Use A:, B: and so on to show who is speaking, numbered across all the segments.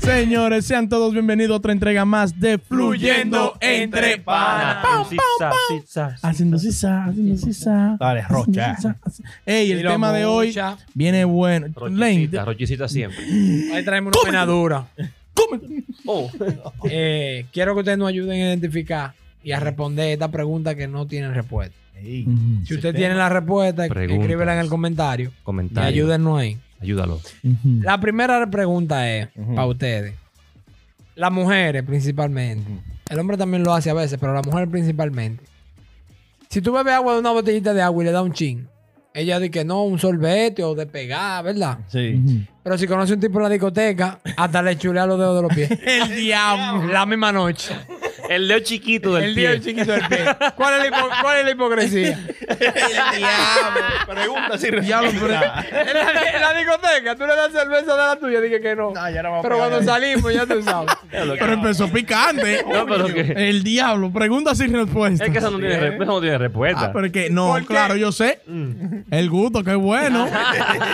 A: Señores, sean todos bienvenidos a otra entrega más de Fluyendo Entre
B: Ah,
A: Panas. Haciendo sisa, haciendo sisa.
C: Dale, rocha.
A: Sisa, haci- Ey, el tema de hoy viene bueno.
B: Rochicita,
A: Lente,
B: Rochicita siempre.
D: Ahí traemos una pena dura.
A: come.
B: Oh,
D: Eh, quiero que ustedes nos ayuden a identificar y a responder esta pregunta que no tienen respuesta.
A: Mm,
D: Si usted tiene la respuesta,
B: Preguntas.
D: escríbela en el comentario. Y
B: comentario.
D: ayúdennos ahí.
B: Ayúdalo.
A: mhm.
D: La primera pregunta es para ustedes. Las mujeres principalmente. El hombre también lo hace a veces, pero las mujeres principalmente. Si tú bebes agua de una botellita de agua y le da un chin, ella dice que no, un sorbete o de pegar, ¿verdad?
C: Sí.
A: Mhm.
D: Pero si conoce un tipo en la discoteca, hasta le chulea los dedos de los pies. El diablo. La misma noche.
B: El dedo chiquito del
D: El
B: pie.
D: dedo chiquito del pie. ¿Cuál es la, hipo- cuál es la hipocresía?
C: Pregunta si
A: Diablo,
C: responde.
A: pero-
C: Nah,
D: En la, en la discoteca, tú le das cerveza de la tuya, dije que no.
C: nah, ya no vamos a
D: Pero
C: pegar
D: cuando
C: ahí.
D: salimos, ya tú sabes.
A: Pero empezó picante.
B: No, pero que...
A: El diablo, pregunta sin respuesta.
B: Es que esa no tiene, re- esa no tiene respuesta.
A: Ah, pero que no,
D: ¿Por qué?
A: claro, yo sé. El gusto, qué bueno.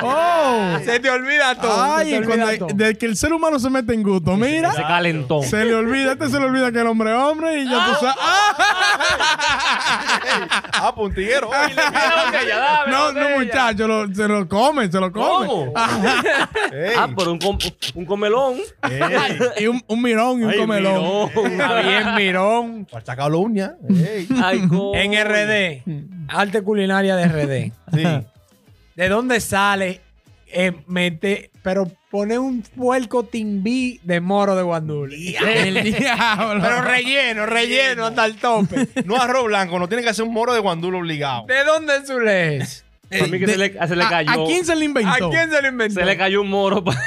A: oh.
D: Se te olvida todo. se
A: Ay,
D: te
A: y cuando
D: olvida todo.
A: desde que el ser humano se mete en gusto, mira.
B: Ese calentón.
A: Se le olvida, este se le olvida que el hombre es hombre y ya tú sabes.
C: Ah, puntillero.
A: ¡Ah! No, no, muchacho, lo- se lo come, se lo come.
B: ¿Cómo?
C: Ey,
B: Ah, pero un, com- un comelón.
C: ey.
A: Y un, un mirón y un
B: Ay,
A: comelón.
B: mirón.
D: Está bien, Mirón.
C: Falta calumnia. Ey.
B: Ay, coño.
D: En
A: Mm.
D: RD, arte culinaria de RD.
C: Sí.
D: ¿De dónde sale? eh, mete, pero pone un puerco timbí de moro de guandule.
A: El diablo.
D: Pero relleno, relleno hasta el tope.
C: No arroz blanco, no tiene que hacer un moro de guandulo obligado.
D: ¿De dónde es su lees?
B: Para mí que se le, se le
A: ¿A-
B: cayó.
A: ¿A, quién se le
D: ¿A
A: inventó?
D: quién se lo inventó?
B: Se le cayó un moro pa-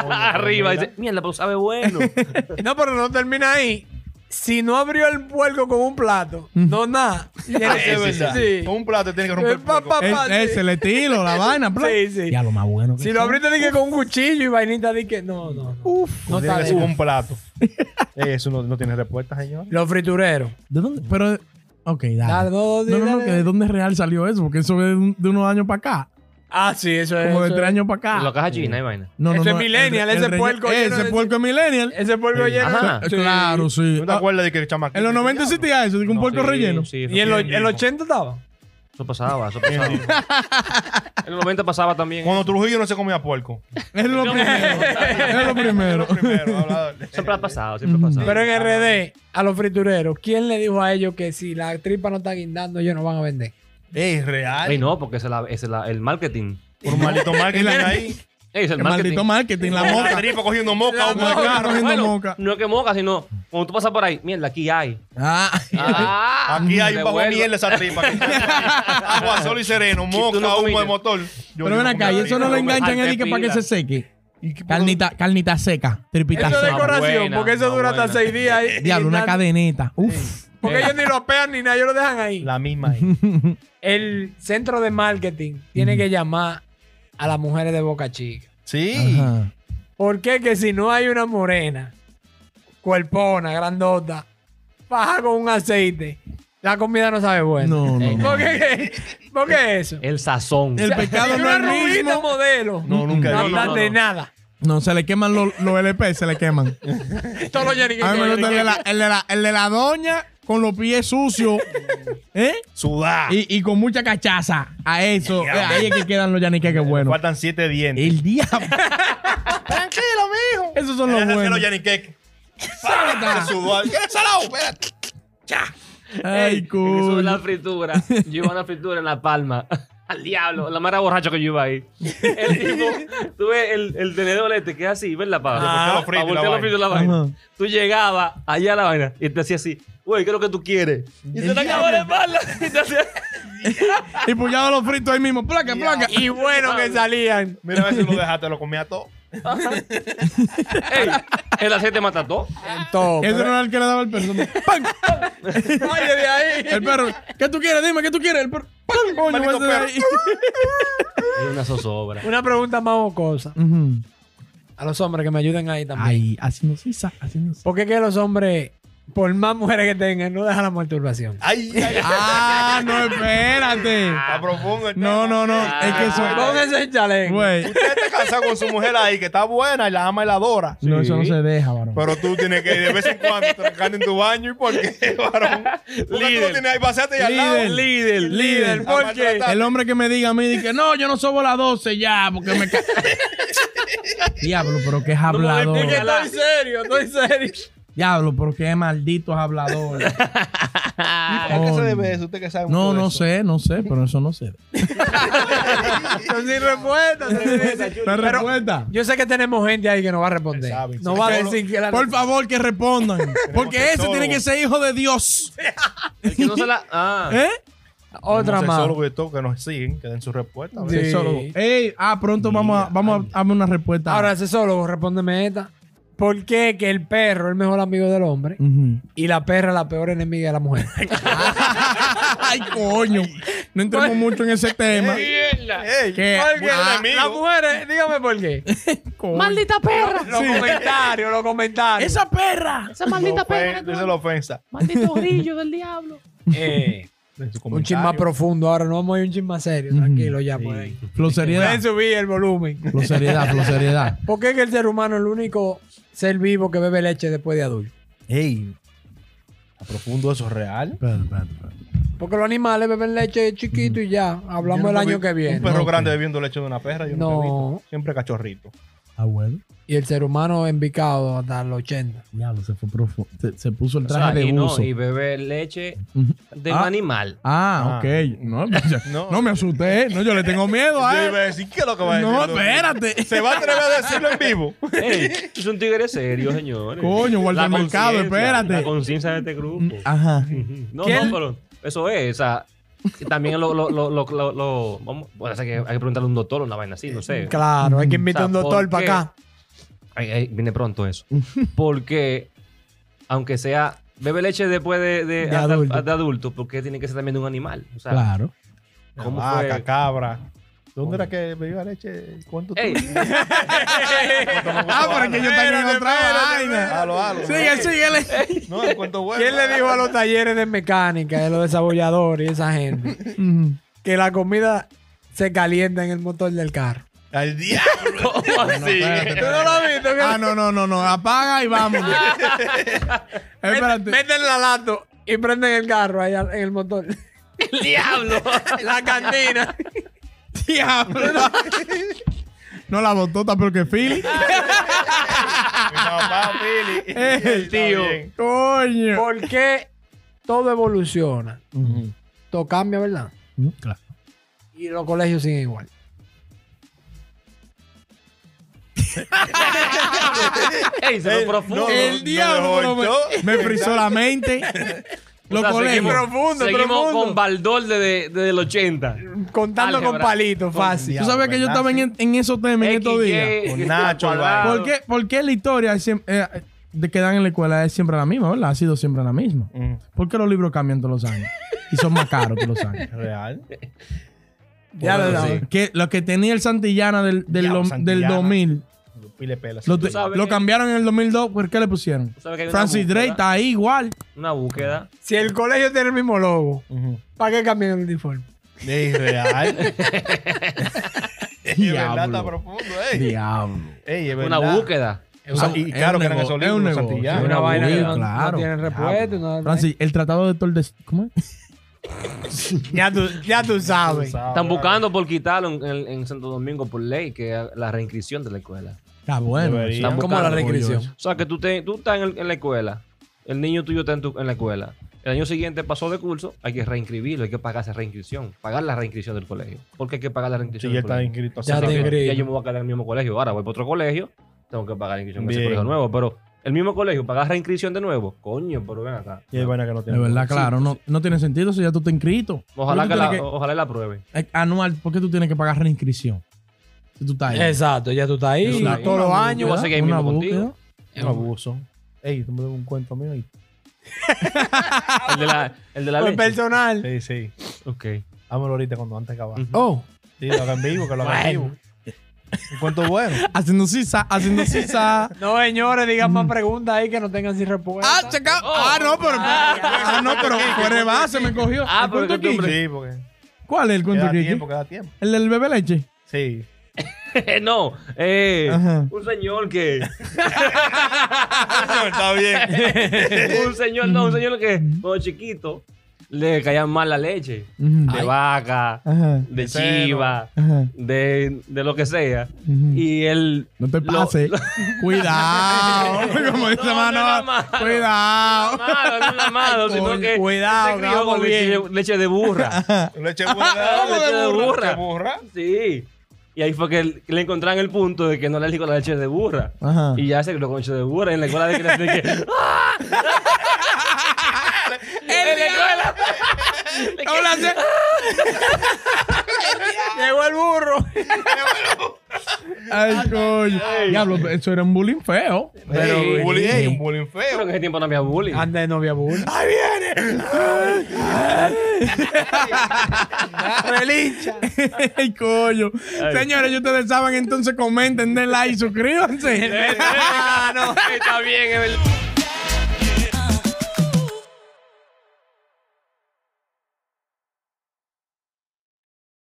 B: arriba. Y dice, mierda, pero sabe bueno.
D: No, pero no termina ahí. Si no abrió el puerco con un plato,
A: Mm.
D: no nada.
C: Ah, sí, es verdad.
D: Sí.
C: Con un plato tiene que romper.
D: Eh,
C: el
D: pa,
C: poco.
D: pa,
A: Es,
D: pa,
A: es
D: sí.
A: el estilo, la vaina. bla.
D: Sí, sí.
A: Ya lo más bueno. que
D: Si lo abriste dije con un cuchillo y vainita dije, no, no, no. Uf, no
C: No tiene
D: está
C: que ser con
D: bien.
C: un plato. Ey, eso no, no tiene respuesta, señor.
D: Los fritureros.
A: ¿De dónde? Pero. Ok, dale.
D: Dale, no,
A: Ah. no,
D: sí,
A: no, no,
D: dale.
A: que de dónde real salió eso, porque eso es de, un- de unos años para acá.
D: Ah, sí, eso es.
A: Como de
D: eso
A: tres
D: es.
A: años para acá.
B: En la caja china, hay vaina.
A: No,
D: Eso es
A: el-
D: millennial,
A: el
D: ese
A: relle- eh,
D: puerco lleno
A: Ese
D: de-
A: puerco es millennial. Ah,
D: Ese polvo lleno.
B: Ajá.
D: Sí.
A: Claro, sí.
C: ¿No te
A: Ah,
C: acuerdas de que el chamaquito?
A: en los 90
C: sí.
A: existía eso, de que un puerco
B: Sí,
A: relleno.
B: Sí, eso
D: ¿Y en los
B: sí.
D: en los 80 estaba?
B: Eso pasaba, eso pasaba. en los 90 pasaba también.
C: Cuando Trujillo no se comía puerco.
A: Es lo primero. es lo primero.
C: Primero, habla-
B: Siempre ha pasado, siempre ha pasado.
D: Pero en RD, a los fritureros, ¿quién le dijo a ellos que si la tripa no está guindando, ellos no van a vender?
C: Es real.
B: Ey, no, porque ese es, la- ese es la- el marketing.
C: Por maldito marketing ahí.
B: Ey, es el, marketing.
A: El maldito marketing, la
C: La
A: moca.
C: tripa cogiendo moca. oh
A: La
C: un-
A: moca.
C: claro.
A: cogiendo
B: Bueno,
A: moca.
B: No es que moca, sino cuando tú pasas por ahí, mierda, aquí hay.
A: Ah.
B: Ah,
C: Aquí hay un
B: me
C: bajo de
B: vuelvo.
C: miel de esa tripa. que- Agua, sol y sereno.
B: tú no
C: Moca, humo
B: comiste.
C: de motor. Yo
A: Pero ven
C: no
A: acá,
C: comí la
A: y eso
C: tripa,
A: no lo
B: no me-
A: enganchan
B: Ay,
A: ahí que para que
B: pila.
A: se seque.
C: ¿Y qué-
A: Carnita, carnita seca, tripita
D: Eso es
A: seca.
D: decoración,
B: buena,
D: porque eso
B: está
D: dura hasta
B: buena.
D: seis días. y-
A: Diablo, una
D: guindando.
A: cadeneta. Uf.
D: Porque ellos ni lo pegan ni nada, ellos lo dejan ahí.
C: La misma ahí.
D: El centro de marketing tiene que llamar a las mujeres de Boca Chica.
C: Sí.
A: Ajá.
D: ¿Por qué? Que si no hay una morena, cuerpona, grandota, baja con un aceite, la comida no sabe
A: No,
D: bueno.
A: no.
D: ¿Por qué, ¿Por qué eso?
B: El sazón.
A: El pecado no es el
D: rubita
A: mismo.
D: modelo.
C: No, nunca.
D: No,
C: yo
D: hablan
B: no,
D: de
B: no.
D: nada.
A: No, se le queman los los LP, se le queman.
D: Todos los Jenny
A: A mí me gusta el de la, el de la- el de la doña con los pies sucios. ¿Eh?
C: Sudá.
A: Y, y con mucha cachaza. A eso. Ahí es que quedan los yaniques que bueno.
C: Faltan siete dientes.
A: El diablo.
C: Tranquilo, mijo.
A: Esos son los
C: Déjate
A: buenos.
C: los yaniqueques. Se sudó. ¿Quieres salado? Espérate.
A: Ay,
B: En eso de
A: cool.
B: la fritura. Yo iba a una fritura en La Palma. Al diablo, la mara borracho que yo iba ahí. El tipo, tú ves el, el tenedor este que es así, ¿verdad, Pablo?
C: Ah.
B: Para voltear los fritos la vaina.
A: Ajá.
B: Tú llegabas allá a la vaina y te hacía así, güey, ¿qué es lo que tú quieres? Y se te acabó la espalda. Y te hacía...
A: Y puñado los fritos ahí mismo. Placa, placa.
D: Y bueno que salían.
C: Mira a ver si lo dejaste, lo comía todo.
B: Ey, el aceite mata todo.
D: Todo.
A: Ese no era el que le daba el perro. ¡Pam!
E: Ay, de ahí.
A: El perro. ¿Qué tú quieres? Dime, ¿qué tú quieres? El perro. ¡Pam! Coño,
E: Maldito
A: ese de
E: perro.
A: ahí.
B: Es una zozobra.
D: Una pregunta más mocosa.
A: Ujú.
D: A los hombres que me ayuden ahí también.
A: Ay, así no se usa, así no se
D: ¿Por qué que los hombres, por más mujeres que tengan, no dejan la masturbación?
C: Ay, ay, ay.
A: Ah, no, espérate.
C: Está profundo el
A: No,
C: tema.
A: no, no. Es que eso.
D: Pónganse el Ah, chaleco.
A: Güey.
C: Usted está casado con su mujer ahí, que está buena y la ama y la adora.
A: No, eso no se deja, varón.
C: Pero tú tienes que ir de vez en cuando trancando en tu baño. ¿Y por qué, varón? Porque tú lo
B: Líder.
C: tienes ahí, pasate y al lado.
A: Líder.
B: Líder,
A: Líder,
C: ¿por qué?
A: El hombre que me diga a mí di que no, yo no sobo las 12 ya, porque me ca- Diablo, pero qué es hablador.
B: descuña.
D: Estoy serio, estoy serio.
A: Diablo, pero qué maldito es hablador.
C: ¿A qué se debe eso? Ah, Usted que sabe
A: No,
C: mucho de
A: no
C: eso.
A: sé, no sé, pero eso no sé.
D: Son sin respuesta. son sin respuesta.
A: ¿Me respuesta?
D: Yo sé que tenemos gente ahí que nos va a responder.
C: Sabe,
D: Nos
C: sí.
D: va a
C: Solo-
D: decir que la...
A: Por favor, que respondan. Porque ese
C: sexólogo.
A: tiene que ser hijo de Dios.
B: El que no se la. Ah.
A: ¿Eh?
D: Otra
C: Los
D: más.
C: sexólogos y todo, que nos siguen, que den su respuesta. a ver.
D: Sí.
A: Sexólogo. Ey, ah, pronto vamos a, vamos a darme una respuesta.
D: Ahora, sexólogo, respóndeme esta. ¿Por qué que el perro es el mejor amigo del hombre
A: Ujú.
D: y la perra es la peor enemiga de la mujer?
A: Ay, coño. No entremos mucho en ese tema.
C: Ey,
A: ¿Qué?
D: Porque
C: buen
D: la-
C: enemigo.
D: las mujeres, dígame por qué.
A: Coño.
F: Maldita perra.
D: Los comentarios, los comentarios.
A: Esa perra.
F: Esa
C: no
F: maldita
C: ofen-
F: perra. que
C: Esa
F: tú-
C: es la ofensa.
F: Maldito grillo del diablo.
D: Eh,
C: En su
D: un chin
C: comentario.
D: más profundo ahora, no vamos a ir un chin más serio, tranquilo ya por ahí.
A: Floseriedad.
D: Pueden subir el volumen.
A: Floseriedad, floseriedad.
D: ¿Por qué que el ser humano es el único ser vivo que bebe leche después de adulto?
C: Ey, ¿a profundo eso es real?
A: Espérate, espérate, espérate.
D: Porque los animales beben leche chiquito y ya. Hablamos el
C: Yo nunca
D: año
C: vi
D: que
C: Un
D: viene.
C: perro
A: Ok.
C: grande bebiendo leche de una perra, yo no.
D: No.
C: Siempre cachorrito.
A: Ah, bueno.
D: Y el ser humano embicado hasta los 80.
A: Diablo, se fue profundo. Se, se puso el
B: O sea,
A: traje
B: y
A: de
B: no,
A: buzo.
B: y beber leche
A: Ujú.
B: de
A: Ah.
B: un animal.
C: Ah.
A: Ah, ok. No, pues,
C: No.
A: no me asusté. No, yo le tengo miedo a
C: Yo
A: él.
C: iba a decir, ¿qué es lo que va a decir?
A: No,
C: loco?
A: espérate.
C: ¿Se va a atrever a decirlo en vivo?
B: Ey, es un tigre serio, señores.
A: Coño, guarda
B: La
A: el mercado,
B: conciencia,
A: espérate. Mm, ah.
B: La conciencia de este grupo.
A: Ajá.
B: No,
D: ¿Quién?
B: no, pero eso es. O sea, que también lo, lo, lo, lo, lo- lo- vamos, bueno, o sea, que hay que preguntarle a un doctor o una vaina así, no sé.
D: Claro, hay que
A: Mm.
D: invitar a un
B: O sea,
D: doctor
B: ¿por
D: para
B: qué?
D: acá.
B: Ay, ay, viene pronto eso. Porque, aunque sea, bebe leche después de, de,
D: De
B: hasta-
D: adulto.
B: de adulto, porque tiene que ser también de un animal. O sea,
A: Claro.
B: ¿cómo
C: Vaca,
B: fue?
C: cabra. ¿Dónde era que bebía leche? ¿Cuánto
B: Ey,
A: Ah, pero es que yo también en otra vaina.
C: Halo, halo.
A: Sigue, síguele.
C: No, en cuanto vuelva.
D: ¿Quién le dijo a los talleres de mecánica, de los desarrolladores y esa gente
A: Ujú.
D: que la comida se calienta en el motor del carro?
C: Al diablo.
B: ¿cómo así?
D: ¿Tú no lo has visto?
A: Ah, no, no, no, no. Apaga y vamos. Eh,
D: Meten,
A: Espérate.
D: meten la lato y prenden el carro ahí al- en el motor.
B: ¡El diablo!
D: la cantina.
A: Diablo. No la botó, está peor que Philly.
C: Mi papá, Pili.
A: El
B: tío.
A: Coño.
D: ¿Por qué todo evoluciona? Todo cambia, ¿verdad?
A: Claro.
D: Y los colegios siguen igual.
B: ¡Ey, se fue profundo!
A: El
C: no
A: diablo
C: dejó
A: me,
C: yo.
A: me frizó la mente.
B: O
A: Lo
B: sea,
A: colegios.
B: seguimos,
D: Profundo,
B: seguimos
D: profundo.
B: con Baldor desde, desde el 80.
D: Contando con
B: Álgebra.
D: palitos, fácil.
A: Tú sabes que yo
C: ¿verdad?
A: estaba en, en esos temas en estos
B: XY,
A: días.
C: Con Nacho,
B: cuadrado.
A: ¿Por qué, por qué la historia es siem- eh, de que dan en la escuela es siempre la misma, verdad? Ha sido siempre la misma.
C: Mm,
A: ¿Por qué los libros cambian todos los años? Y son más caros que los años.
C: Real.
D: Ya lo
B: Bueno,
D: damos.
B: sí.
A: Que lo que tenía el Santillana del, del,
C: Diablo,
A: dom- del
C: Santillana.
A: 2000,
C: Pile pelas.
A: lo,
B: Tú
A: te-
B: sabes
A: lo
B: que-
A: cambiaron en el 2002, ¿por qué le pusieron?
B: Tú sabes que hay una
A: Francis
B: búsqueda,
A: Drake está ahí igual.
B: Una búsqueda.
D: Si el colegio tiene el mismo logo,
C: Ujú.
D: ¿para qué cambian el uniforme?
C: Es real. Es verdad,
A: Diablo.
C: está profundo, ey.
A: Diablo.
C: Ey, es
B: Una
C: verdad.
B: búsqueda.
C: Ah, y
A: Es
C: claro
A: un
C: que eran
A: negocio,
C: esos
A: es un
C: libros,
A: negocio,
C: Santillán.
A: es
D: Una vaina que
A: movida,
D: no- no tiene repuesto,
A: Diablo.
D: no-
A: Francis, el tratado de Tordes. ¿Cómo es?
D: Ya tú, ya tú sabes.
B: Están buscando por quitarlo en, en- en Santo Domingo por ley, que es la reinscripción de la escuela.
A: Está bueno.
C: Debería.
A: Está
D: ¿Cómo la
A: buscando,
D: reinscripción?
B: O sea, que tú, te- tú estás en, el- en la escuela, el niño tuyo está en, tu- en la escuela. El año siguiente pasó de curso, hay que reinscribirlo, hay que pagar esa reinscripción, pagar la reinscripción del colegio. ¿Por qué hay que pagar la
C: Si
B: reinscripción?
C: ya
B: del
C: está
B: colegio?
C: inscrito.
D: Ya
C: hace
D: te
C: rato.
D: inscribí.
B: Ya yo me voy a quedar en el mismo colegio. Ahora voy para otro colegio, tengo que pagar la inscripción de ese
C: Bien.
B: colegio nuevo. Pero el mismo colegio, pagar reinscripción de nuevo. Coño, pero ven acá.
C: Y hay vaina que no
A: De
C: tiene.
A: verdad, claro. No, no tiene sentido si ya tú estás inscrito.
B: Ojalá
A: ¿Por
B: que
A: qué tú
B: la,
A: tienes
B: ojalá la aprueben.
A: que- eh, Anual, ¿por qué tú tienes que pagar reinscripción? Si
G: Si tú estás ahí.
D: Exacto, ya tú estás ahí.
G: Eso
B: ahí.
D: todos los años.
B: Yo voy a seguir ahí
G: Una
B: mismo
G: búsqueda,
B: contigo.
G: Un abuso. Ey, tú me debes un cuento a mí ahí.
B: El de la, el de la
D: Pues
B: leche.
D: personal.
G: Sí, sí.
B: Ok.
G: Hámelo ahorita cuando antes de acabar.
B: Ujú.
D: Oh,
G: Sí, lo hagan vivo, que lo hagan
D: Bueno.
G: vivo. Un cuento bueno.
A: Haciendo sisa, haciendo sisa.
D: no señores, digan más preguntas ahí que no tengan sin respuesta.
A: ah, checa.
B: Oh.
A: ah, no, pero. Ah, no, pero fue rebase, me cogió.
B: Ah,
A: ¿El
B: pero
A: cuento
B: que tú,
A: Kiki?
B: hombre.
C: Sí, porque
A: ¿Cuál es el cuento
C: queda
A: Kiki?
C: tiempo, queda tiempo.
A: ¿El del bebé leche?
C: Sí.
B: no. eh,
A: Ajá.
B: un señor que.
C: Está bien.
B: un señor, no, un señor que cuando chiquito le caían mal la leche.
A: Ujú.
B: De vaca,
A: Ajá.
B: de
C: seno.
B: chiva,
A: Ajá.
B: de, de lo que sea.
A: Ujú.
B: Y él.
A: No te
B: lo-
A: pases. Cuidado. Como dice
B: No,
A: Mano.
B: no, no, no.
A: Cuidado.
B: Amado, no era amado, sino que
A: cuidado,
B: se crió con
A: vamos
B: leche,
A: bien.
B: leche de burra.
C: Leche burra.
B: ¿Cómo de burra?
C: Leche burra.
B: sí. Y ahí fue que él- que le encontraron el punto de que no le dijo la leche de burra.
A: Ajá.
B: Y ya se crió con leche de burra. Y en la escuela de que le dije, ¡Ah! En la escuela.
A: Hola, se-
D: Llegó el burro.
A: Ay, coño. Diablo, eso era un bullying feo.
C: Pero
B: Sí.
C: un bullying, ey, un bullying
B: Pero en
C: feo.
B: ese tiempo no había bullying.
D: Anda de novia burro.
A: Relicha. Ay, coño. Señores, ya ustedes saben, entonces comenten, den like, suscríbanse.
B: Ah, no. Está bien, es verdad.